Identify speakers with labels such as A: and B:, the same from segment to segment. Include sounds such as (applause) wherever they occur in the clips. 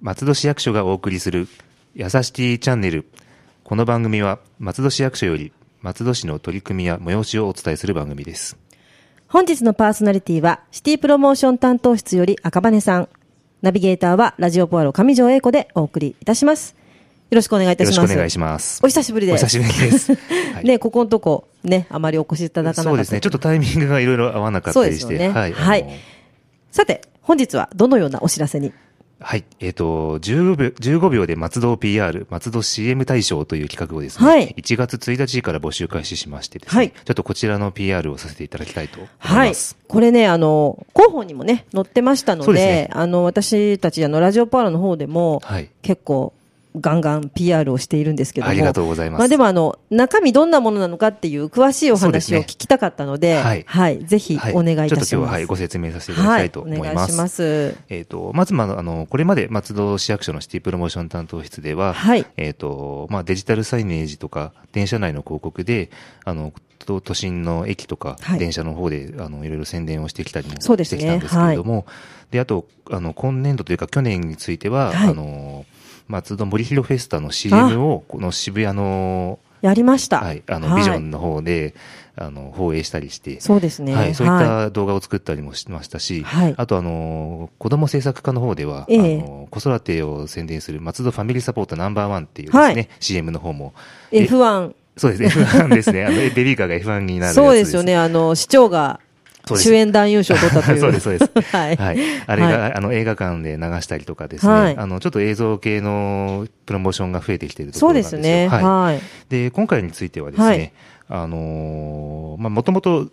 A: 松戸市役所がお送りする「やさしティチャンネル」この番組は松戸市役所より松戸市の取り組みや催しをお伝えする番組です
B: 本日のパーソナリティは、シティプロモーション担当室より赤羽さん。ナビゲーターは、ラジオポアロ上条英子でお送りいたします。よろしくお願いいた
A: よ
B: し
A: ろ
B: ます。
A: しくお願いします
B: お久しぶりです。
A: お久しぶり
B: (laughs)
A: です、はい
B: ね、ここのとこ、ね、あまりお越しいただかなかった。
A: そうですねちょっとタイミングがいろいろ合わなかったりし
B: そうで
A: て、
B: すよね
A: はい
B: はい
A: あの
B: さて、本日はどのようなお知らせに
A: はい。えっ、と、15秒、15秒で松戸を PR、松戸 CM 大賞という企画をですね、
B: はい
A: 1月1日から募集開始しましてですね、
B: はい
A: ちょっとこちらの PR をさせていただきたいと思い
B: は
A: ま
B: い
A: す。。
B: これね、あの、広報にもね、載ってましたの
A: そ
B: で、
A: うですね
B: あの、私たち、あの、ラジオパールの方でも、
A: はい
B: 結構、ガンガン PR をしているんですけども。
A: ありがとうございます
B: まあでも、あの、中身どんなものなのかっていう詳しいお
A: そうです
B: 話
A: ね
B: を聞きたかったので、
A: はい
B: はい。ぜひ、お願いいたします。
A: ちょっと今日は、はい、ご説明させていただきたいと思います。
B: はい、お願いします。
A: えっ、と、まず、まあ、あの、これまで松戸市役所のシティプロモーション担当室では、
B: はい
A: えっ、と、まあ、デジタルサイネージとか、電車内の広告で、あの、都都心の駅とか、
B: はい
A: 電車の方で、あの、いろいろ宣伝をしてきたりも
B: そうで
A: して
B: すね
A: きたんですけれども、で、あと、あの、今年度というか去年については、
B: はい
A: あの、松戸森広フェスタの CM を、この渋谷の、
B: やりました。
A: はい、あの、ビジョンの方で、あの、放映したりして、
B: そうですね。
A: はい、そういっ
B: は
A: た動画を作ったりもしましたし、
B: はい
A: あとあのー子ども政策課の方では、
B: ええ
A: あのー子育てを宣伝する松戸ファミリーサポートナンバーワンっていうですね、
B: はい
A: CM の方も
B: い F1。
A: そうですね F1 ですねあのベビーカーが F1 になるやつ
B: そうですよね。あの、市長が
A: そうです
B: 主演男優賞を取ったとい
A: (laughs)
B: う。
A: そうですそうです
B: (laughs) はい。
A: はい、あれが、
B: は
A: あの映画館で流したりとかですね、
B: はい
A: あのちょっと映像系のプロモーションが増えてきているとこ
B: そ
A: ろな
B: う
A: ん
B: で
A: です
B: す
A: よ
B: ね。
A: はい
B: はい。
A: で今回についてはですね、
B: はい
A: あのーまあもともと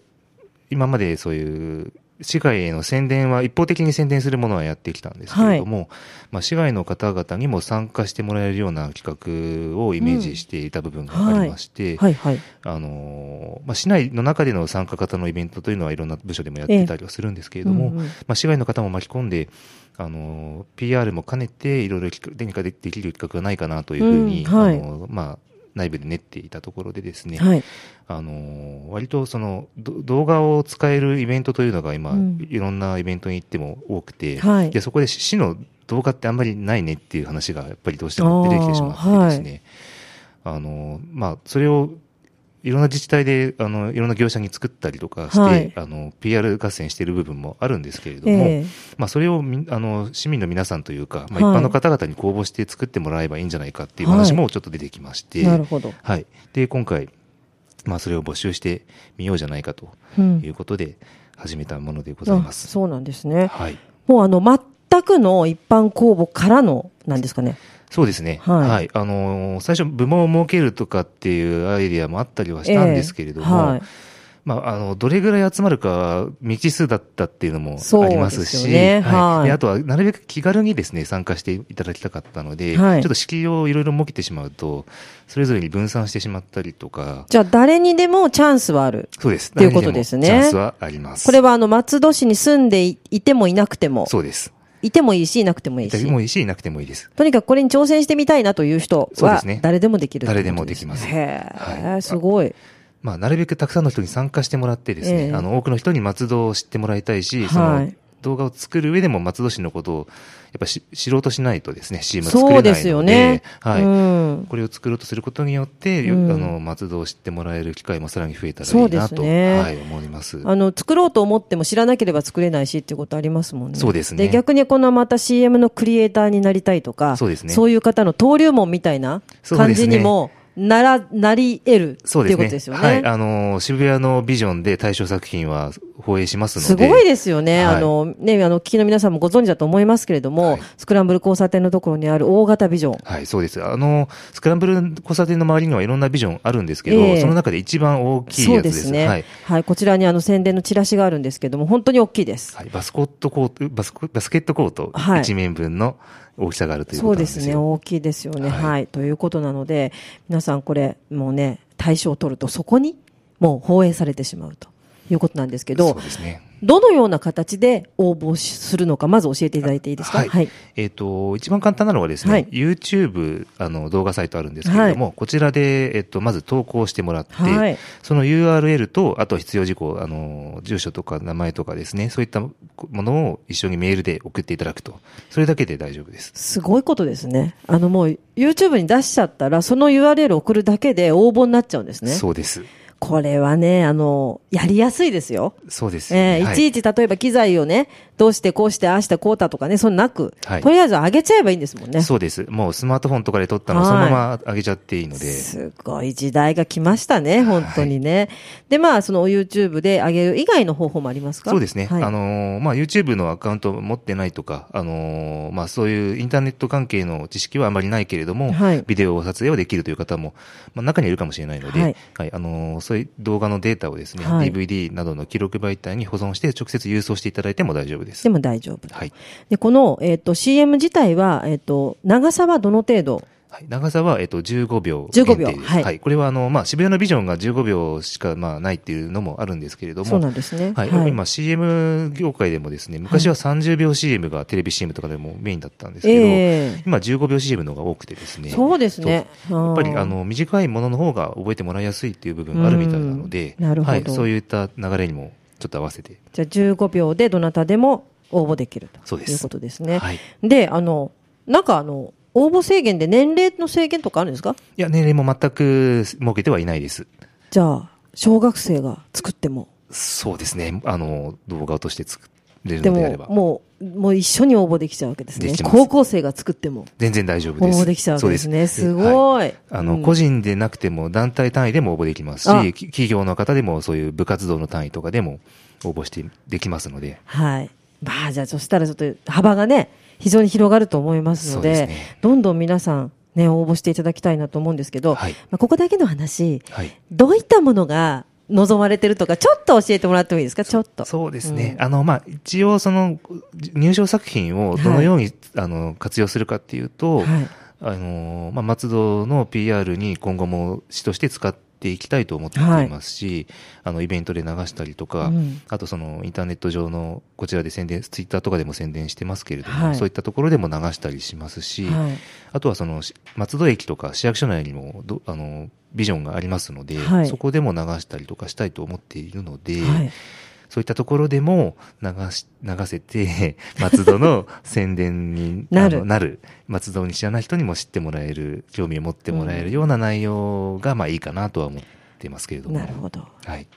A: 今までそういう市外への宣伝は一方的に宣伝するものはやってきたんですけれども、まあ市外の方々にも参加してもらえるような企画をイメージしていた部分がありまして、
B: はい、はい。
A: あのーまあ、市内の中での参加型のイベントというのはいろんな部署でもやってたりはするんですけれども、
B: ええうんうん
A: まあ、市外の方も巻き込んで、あのー PR も兼ねていろいろ企画何かでできる企画がないかなというふうに、
B: うんは
A: あ
B: い
A: のーまあ、内部で練っていたところでですね、
B: はい。
A: あのー割とそのど動画を使えるイベントというのが今、
B: うん
A: いろんなイベントに行っても多くて、
B: はい
A: でそこで市の動画ってあんまりないねっていう話がやっぱりどうしても出てきてしまってですねあ、のーまあ、それをいろんな自治体であのいろんな業者に作ったりとかして、
B: はい
A: あの PR 合戦している部分もあるんですけれど
B: え
A: も、
B: え
A: まあ、それをみあの市民の皆さんというか、まあ、一
B: はい
A: 般の方々に公募して作ってもらえばいいんじゃないかっていう話もちょっと出てきまして。
B: なるほど。
A: はい。で、今回、まあ、それを募集してみようじゃないかと
B: うん
A: いうことで、始めたものでございます。
B: あそうなんですね。
A: はい。
B: もうあの、全くの一般公募からの、なんですかね。
A: そうですね。
B: は
A: はいい。あのー最初、部門を設けるとかっていうアイディアもあったりはしたんですけれども、
B: ええはい
A: まあ、あの、どれぐらい集まるかは未知数だったっていうのも
B: そう
A: あります
B: です
A: し、
B: よねはい
A: であとは、なるべく気軽にですね、参加していただきたかったので、
B: はい
A: ちょっと敷居をいろいろ設けてしまうと、それぞれに分散してしまったりとか、
B: じゃあ、誰にでもチャンスはある。
A: そうです。
B: ということですね
A: チャンスはあります。
B: これはあの、松戸市に住んでいいてもいなくても、
A: そうです。
B: いてもいいし、いなくてもいい
A: いた
B: し
A: り。もいいし、いなくてもいいです。
B: とにかくこれに挑戦してみたいなという人
A: そうで
B: は
A: すね、
B: 誰でもできるってこと
A: 誰でもできます
B: へ
A: は
B: え、
A: い
B: すごい。
A: まあ、なるべくたくさんの人に参加してもらってですね、
B: ええ
A: あの、多くの人に松戸を知ってもらいたいし、
B: は
A: そ
B: い
A: の、動画を作る上でも松戸市のことを、やっぱし知ろうとしないとですね、CM は作れな
B: そう
A: いので。
B: ですよね。
A: はい。
B: うん
A: これを作ろうとすることによって、よ
B: うん
A: あの、松戸を知ってもらえる機会もさらに増えたら
B: そ
A: いうい
B: で
A: な
B: す
A: と、
B: ね
A: はい、思います。
B: あの、作ろうと思っても知らなければ作れないしっていうことありますもんね。
A: そうですね
B: で、逆にこのまた CM のクリエイターになりたいとか、
A: そうですね
B: そういう方の登竜門みたいな
A: そう
B: 感
A: です
B: じ
A: ね
B: にもなら、なり得るって
A: そう
B: い
A: で
B: う
A: す
B: こと
A: ね。
B: ですよね。
A: はい。あの、渋谷のビジョンで対象作品は放映しますので。
B: すごいですよね。
A: はい
B: あの、ね、あの、聞きの皆さんもご存知だと思いますけれども、
A: はい
B: スクランブル交差点のところにある大型ビジョン。
A: はい、そうです。あの、スクランブル交差点の周りにはいろんなビジョンあるんですけど、
B: ええ
A: その中で一番大きい
B: そう
A: やつ
B: で
A: です。
B: すね。
A: は
B: はいい、。こちらにあの宣伝のチラシがあるんですけども、本当に大きいです。
A: はい、バスコットコート、バスコバスケットコート、
B: はい
A: 一面分の大きさがあるという
B: そ
A: こ
B: う
A: となん
B: で
A: です
B: す
A: よ。
B: ね。大きいですよね。は、
A: はいい
B: ということなので、皆さんこれ、もうね、大賞を取るとそこに、もう放映されてしまうと。いうことなんですけど
A: そう、ですね。
B: どのような形で応募しするのか、まず教えていただいていいですか。
A: はいえっ、と、一番簡単なのはですね、
B: はい
A: YouTube、あの、動画サイトあるんですけれども、こちらで、えっ、と、まず投稿してもらって、
B: はい
A: その URL と、あとは必要事項、あの、住所とか名前とかですね、そういったものを一緒にメールで送っていただくと。それだけで大丈夫です。
B: すごいことですね。あのもう YouTube に出しちゃったら、その URL 送るだけで応募になっちゃうんですね。
A: そうです。
B: これはね、あの、やりやすいですよ。
A: そうですよね、
B: ええ
A: はい
B: ちいち例えば機材をね、どうしてこうして、ああしてこうだとかね、そんなく、
A: はい
B: とりあえず上げちゃえばいいんですもんね。
A: そうです。もうスマートフォンとかで撮ったのをそのまま上げちゃっていいので。
B: すごい時代が来ましたね、本当にね。で、まあ、その YouTube で上げる以外の方法もありますか
A: そうですね。
B: はい、
A: あのーまあ、YouTube のアカウントを持ってないとか、あのーまあ、そういうインターネット関係の知識はあまりないけれども、
B: はい
A: ビデオを撮影をできるという方も、まあ、中にはいるかもしれないので、
B: は
A: はいい、あのーそういう動画のデータをですね、
B: はい
A: DVD などの記録媒体に保存して直接郵送していただいても大丈夫です
B: で。も大丈夫。
A: はい。
B: で、この、えっ、と、CM 自体は、えっ、と、長さはどの程度
A: はい、長さは、えっと、15秒限定
B: 15秒
A: です。
B: はい
A: これは、あの、まあ、渋谷のビジョンが15秒しか、まあ、ないっていうのもあるんですけれども、
B: そうなんですね。
A: はい、今 CM 業界でもですね、昔は30秒 CM がテレビ CM とかでもメインだったんですけど、
B: ええ
A: 今15秒 CM の方が多くてですね。
B: そうですね。
A: そうや
B: や
A: っぱりあ、の短いものの方が覚えてもらいやすいっていう部分があるみたいなので、
B: うんなるほど
A: はい、そういった流れにもちょっと合わせて、
B: じゃあ15秒でどなたでも応募できると
A: そうです
B: いうことですね。
A: はい、い
B: で、あの、なんかあの、応募制限で年齢の制限とかあるんですか
A: や年齢も全く設けてはいないです。
B: じゃあ、小学生が作っても。
A: そうですね、あの動画として作れる
B: で
A: のであれ
B: も、
A: ば、
B: もう、もう一緒に応募できちゃうわけですね
A: でき。ます
B: 高校生が作っても
A: 全然大丈夫
B: 応
A: です。
B: 募できちゃうわけですね。
A: そう
B: す
A: はい
B: ごい。
A: あの、
B: うん
A: 個人でなくても団体単位でも応募できます
B: あ
A: し、き企業の方でもそういう部活動の単位とかでも応募してできますので、
B: はい。まあ、じゃあ、そしたらちょっと幅がね、非常に広がると思いますので、
A: そうですね
B: どんどん皆さん、ね、応募していただきたいなと思うんですけど、
A: はい
B: まあ、ここだけの話、
A: はい。
B: どういったものが望まれてるとか、ちょっと教えてもらってもいいですか、ちょっと。
A: そうですね。あの、まあ、一応その、入賞作品をどのように、あの、活用するかっていうと、
B: はい
A: あの、まあ、松戸の PR に今後も市として使っていきたいと思っていますし、あの、イベントで流したりとか、
B: うん
A: あとその、インターネット上の、こちらで宣伝、ツイッターとかでも宣伝してますけれども、
B: はい
A: そういったところでも流したりしますし、
B: は
A: あとはそのし松戸駅とか市役所内にもどあのビジョンがありますので、
B: はい
A: そこでも流したりとかしたいと思っているので、
B: い。はい。
A: そういったところでも流し流せて (laughs) 松戸の宣伝に
B: (laughs) なる
A: あのなる松戸に知らない人にも知ってもらえる興味を持ってもらえるような内容がまあいいかなとは思ってますけれども。
B: なるほど。
A: はい、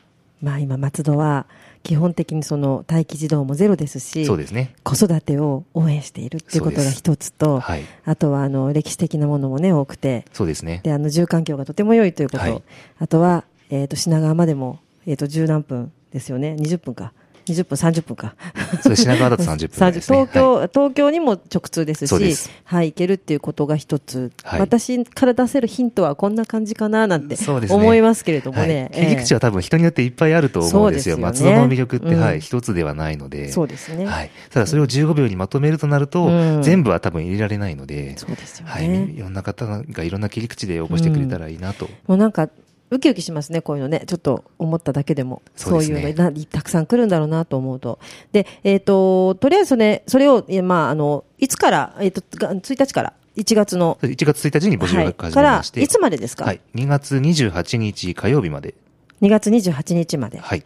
B: まあ、今、松戸は、基本的にその、待機児童もゼロですし、
A: そうですね。
B: 子育てを応援しているっていうことが一つと、
A: はい、
B: あとは、あの、歴史的なものもね、多くて、
A: そうですね。
B: で、あの、住環境がとても良いということ。
A: はい
B: あとは、えっ、と、品川までも、えっ、と、十何分ですよね。20分か。20分、30分か。
A: それ品川だと30分ぐらいですね
B: 30東京、東京にも直通です
A: そう
B: し、
A: です
B: はい、行けるっていうことが一つ、
A: はい
B: 私から出せるヒントはこんな感じかな、なんて
A: そうですね
B: 思いますけれども
A: はい
B: ね。ええ
A: 切り口は多分人によっていっぱいあると思うんですよ。
B: そうです
A: 松
B: よ
A: 戸
B: ね
A: の魅力って、は
B: うん
A: い、一つではないので。
B: そうですね。
A: はい。ただそれを15秒にまとめるとなると、
B: うん
A: 全部は多分入れられないので、
B: そうですよね。
A: はい。いろんな方がいろんな切り口で応募してくれたらいいなと。
B: もうなんか、ウキウキしますね、こういうのね。ちょっと思っただけでも。
A: そ
B: そうう
A: ですね
B: いうのな、たくさん来るんだろうなと思うと。で、えっ、と、とりあえずね、それを、えまあ、あの、いつから、えっ、と、が1日から、1月の、
A: 1月1日に募集が
B: はい
A: 始
B: か
A: め
B: ら
A: まし、て、
B: いつまでですか、
A: はい。2月28日火曜日まで。
B: ?2 月28日まで。
A: はい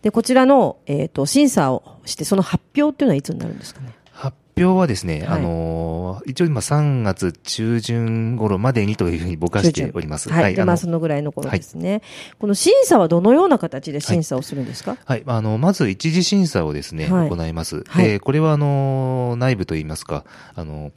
B: で、こちらの、えっ、と、審査をして、その発表っていうのはいつになるんですかね。
A: 発表はですね、
B: は
A: あ
B: い
A: のー一応今3月中旬頃までにというふうにぼかしております。
B: 中旬はい。で、まあ、
A: の
B: そのぐらいの頃ですね、この審査はどのような形で審査をするんですか、
A: はい。あの、まず一次審査をですね、
B: はい
A: 行います。
B: はい
A: で、これはあの、内部といいますか、あの、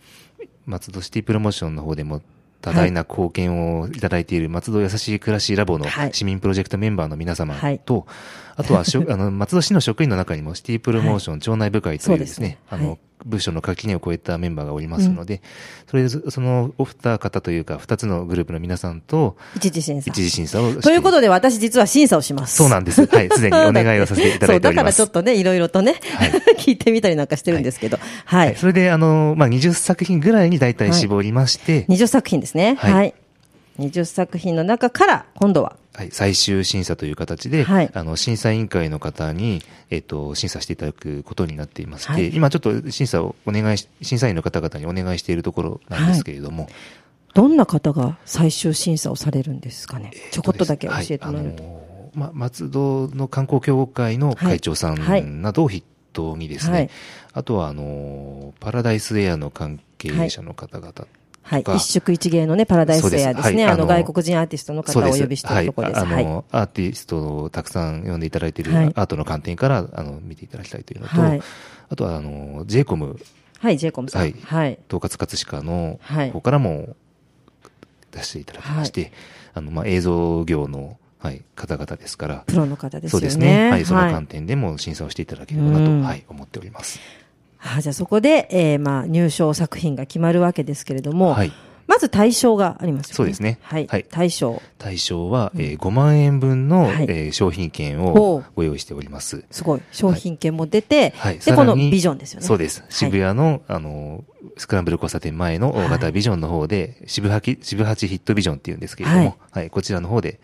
A: 松戸シティプロモーションの方でも多大な貢献をいただいている松戸やさしい暮らしラボの
B: はい
A: 市民プロジェクトメンバーの皆様
B: はい
A: と、あと
B: (laughs)
A: はしょあの、松戸市の職員の中にもシティプロモーション町内部会と
B: そ
A: いうう
B: で
A: ですす
B: ね
A: ね、あ
B: は
A: の
B: い、
A: 部署の垣根を超えたメンバーがおりますので、それでそそのお二方というか、二つのグループの皆さんと
B: 一次審査。
A: 一次審査をして
B: ということで、私実は審査をします。
A: そうなんです。はい。すでにお願いをさせていただいております。
B: そう、だからちょっとね、いろいろとね、
A: はい
B: (laughs) 聞いてみたりなんかしてるんですけど、はい。
A: はいそれで、あの、まあ、20作品ぐらいに大体絞りまして、
B: 20作品ですね。は。
A: はいい
B: 20作品の中から、今度は、
A: はい、最終審査という形で、
B: はい
A: あの審査委員会の方に、えっと審査していただくことになっていまして、
B: はい
A: 今ちょっと審査をお願いし審査員の方々にお願いしているところなんですけれども、
B: どんな方が最終審査をされるんですかね、ちょこっとだけ教えてもらえると、
A: はいあのま、松戸の観光協会の会長さ
B: はい
A: んなどを筆頭にですね、
B: はい
A: あとはあのパラダイスエアの関係者の方々、
B: はい
A: が
B: 一宿一芸のね、パラダイスエアですね、
A: そうですはい
B: あの
A: あの
B: 外国人アーティストの方をお呼びしているところです。
A: はい、あ
B: はい
A: の、アーティストをたくさん呼んでいただいている、
B: はい
A: アートの観点から、あの、見ていただきたいというのと、
B: はい
A: あとは、あの、j コム
B: はい、ジェイコムさん。は
A: はいい。
B: はい。
A: 統括葛飾の
B: はい
A: 方からも出していただきまして、あの、まあ、映像業の、はい、方々ですから、
B: プロの方です
A: そ
B: よね。
A: うですね。はい、その
B: はい
A: 観点でも審査をしていただければなと、
B: うん
A: はい、思っております。
B: あじゃあそこで、えー、まあ、入賞作品が決まるわけですけれども、
A: はい
B: まず対象がありますよね。
A: そうですね
B: はい。
A: はい
B: 対象。
A: 対象は、えー5万円分の、
B: はい
A: えー商品券
B: ほ
A: を
B: う
A: ご用意しております。
B: すごい。商品券も出て、
A: はい。
B: で、
A: さ
B: こ
A: ら
B: の
A: に
B: ビジョンですよね。
A: そうです
B: は。い
A: 渋谷の、あの、スクランブル交差点前の大型ビジョンの方で、渋八、渋八ヒットビジョンっていうんですけれども、
B: は
A: はいい、こちらの方で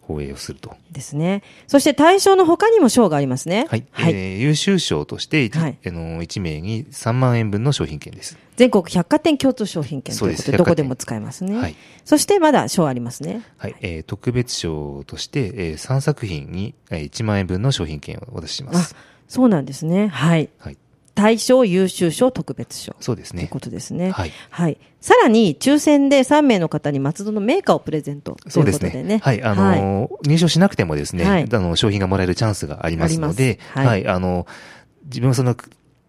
A: 放映をすると。
B: ですね。そして対象の他にも賞がありますね。
A: はい。えー優秀賞として、一
B: はい
A: あの1名に3万円分の商品券です。
B: 全国百貨店共通商品券ということ
A: そう
B: で、
A: です
B: どこでも使えますね。
A: はい
B: そしてまだ賞ありますね。
A: はい。えー特別賞として、え3作品に、え1万円分の商品券をお出ししま
B: あ
A: す。、
B: そうなんですね。はい。
A: はい。
B: 対象、優秀賞、特別賞。
A: そうです
B: という
A: ね
B: こ。とですね。
A: はい
B: さらに、抽選で3名の方に松戸のメーカーをプレゼントと
A: そ
B: いうう
A: で
B: こ
A: す
B: とでね。
A: ね。はい。あのー入賞しなくてもですね、
B: はい
A: あの、商品がもらえるチャンスがありますので、
B: ありますは
A: はいい、あの自分はその、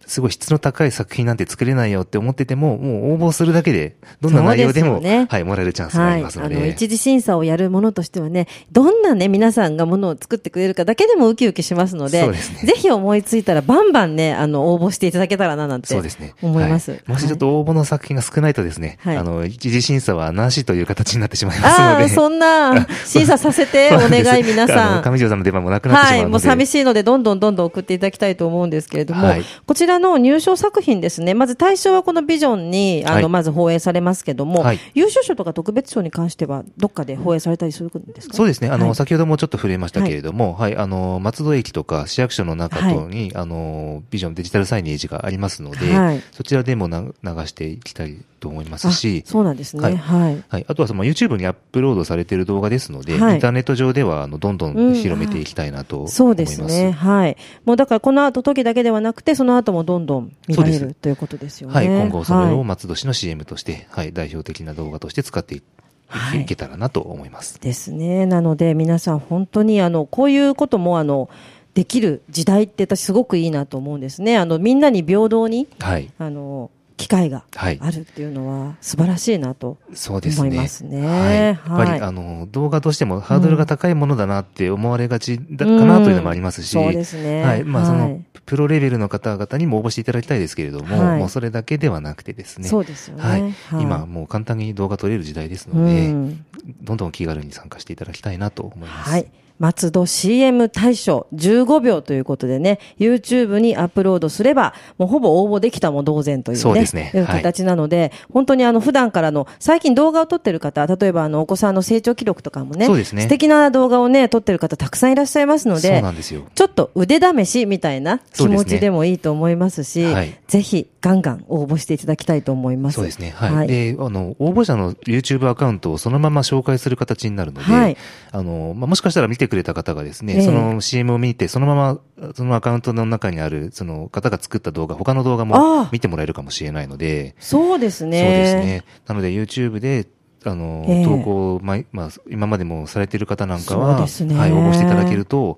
A: すごい質の高い作品なんて作れないよって思ってても、もう応募するだけで、どんな内容で
B: そ
A: も、
B: うですよね
A: はい、もらえるチャンスがあ
B: は
A: り
B: い。あ
A: ますので。
B: の、一次審査をやるものとしてはね、どんなね、皆さんがものを作ってくれるかだけでもウキウキしますので、
A: そうですね
B: ぜひ思いついたらバンバンね、あの、応募していただけたらな、なんて
A: そうですね。
B: 思います。
A: はもしちょっと応募の作品が少ないとですね、
B: はい
A: あの、一次審査はなしという形になってしまいますの
B: あ
A: で。
B: あ、そんな、審査させて
A: そ
B: お
A: うなんです
B: 願い皆
A: あ
B: さ
A: の
B: ん。
A: 上条さんの出番もなくなってしまう
B: は
A: の
B: い、
A: で。
B: もう寂しいので、どんどんどんどん送っていただきたいと思うんですけれども、
A: はい
B: こちらの入賞作品ですね、まず対象はこのビジョンに、あの、
A: はい
B: まず放映されますけども、
A: はい
B: 優勝賞とか特別賞に関しては、どっかで放映されたりするんですか
A: そうですね。あの、
B: はい
A: 先ほどもちょっと触れましたけれども、はい、あの、松戸駅とか市役所の中等に、あの、ビジョンデジタルサイネージがありますので、
B: はい
A: そちらでもな流していきたいと思います
B: あ
A: し、
B: そうなんですね。
A: はい
B: はい。
A: はい。あとはその YouTube にアップロードされている動画ですので、
B: はい
A: インターネット上では、あの、どんど
B: うん
A: ん広めていきたいなと思います。
B: そうですね。はい。もうだからこの後時だけではなくて、その後もどんどん見られ
A: そうで
B: るということですよね。
A: はい。今後それを
B: はい
A: 松戸市の CM として、はい、代表的な動画として使っていい
B: はい
A: いけたらなと思います。
B: ですね。なので皆さん本当にあの、こういうこともあの、できる時代って私すごくいいなと思うんですね。あの、みんなに平等に、
A: はい。
B: あの、機会が
A: はい
B: あるっていうのは素晴らしいなと。
A: そうですね。
B: 思いますね
A: はい。やっぱり、
B: はい
A: あの、動画としてもハードルが高いものだなって思われがちだかなというのもありますし、
B: うんそうですね
A: はい。まあ、そ
B: は
A: の
B: い、
A: プロレベルの方々にも応募していただきたいですけれども、
B: はい
A: もうそれだけではなくてですね。
B: そうですよね
A: はい。
B: はい
A: 今、もう簡単に動画撮れる時代です
B: う
A: ので、
B: ん。
A: どんどん気軽に参加していただきたいなと思います。
B: はい。松戸 CM 大賞15秒ということでね、YouTube にアップロードすれば、もうほぼ応募できたも同然というね、
A: そうですね
B: いう
A: はい
B: 形なので、本当にあの普段からの、最近動画を撮ってる方、例えばあのお子さんの成長記録とかもね、
A: そうですね
B: 素敵な動画をね、撮ってる方たくさんいらっしゃいますので、
A: そうなんですよ。
B: ちょっと腕試しみたいな気持ちでもいいと思いますし、
A: そうですねはい
B: ぜひガンガン応募していただきたいと思います。
A: そうですね。はい。で、あの、応募者の YouTube アカウントをそのまま紹介する形になるので、
B: はい
A: あの、まあ、もしかしたら見てくれた方がですね、
B: ええ
A: その CM を見て、そのまま、そのアカウントの中にある、その方が作った動画、他の動画
B: ああ
A: も見てもらえるかもしれないので、
B: そうですね。
A: そうですね。なので YouTube で、あの、
B: ええ
A: 投稿を、まあ、まあ、今までもされている方なんか
B: そう
A: は、
B: ですね
A: はい、応募していただけると、
B: はい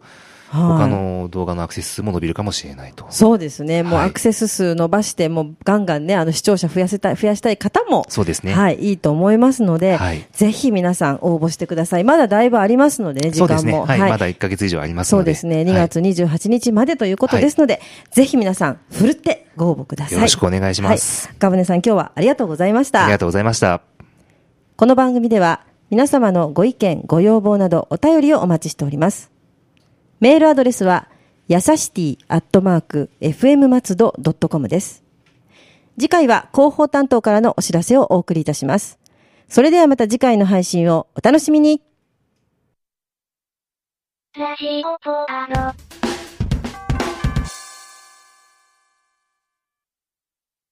A: 他の動画のアクセス数も伸びるかもしれないと。
B: そうですね。もう
A: はい
B: アクセス数伸ばして、もうガンガンね、あの視聴者増やせたい、増やしたい方も、
A: そうですね。
B: はい、いいと思いますので、
A: はい
B: ぜひ皆さん応募してください。まだだいぶありますのでね、時
A: そうで
B: 間
A: すね。
B: も。
A: はい。まだ1ヶ月以上あります
B: そ
A: の
B: う
A: で。
B: ですね。2
A: はい
B: 月28日までということですので、ぜひ皆さん、ふるってご応募ください。
A: よろしくお願いします
B: はい。ガブネさん、今日はありがとうございました。
A: ありがとうございました。
B: この番組では皆様のご意見、ご要望などお便りをお待ちしております。メールアドレスは、やさしティアットマーク、fm 松戸 .com です。次回は広報担当からのお知らせをお送りいたします。それではまた次回の配信をお楽しみに
C: ラジオポアド。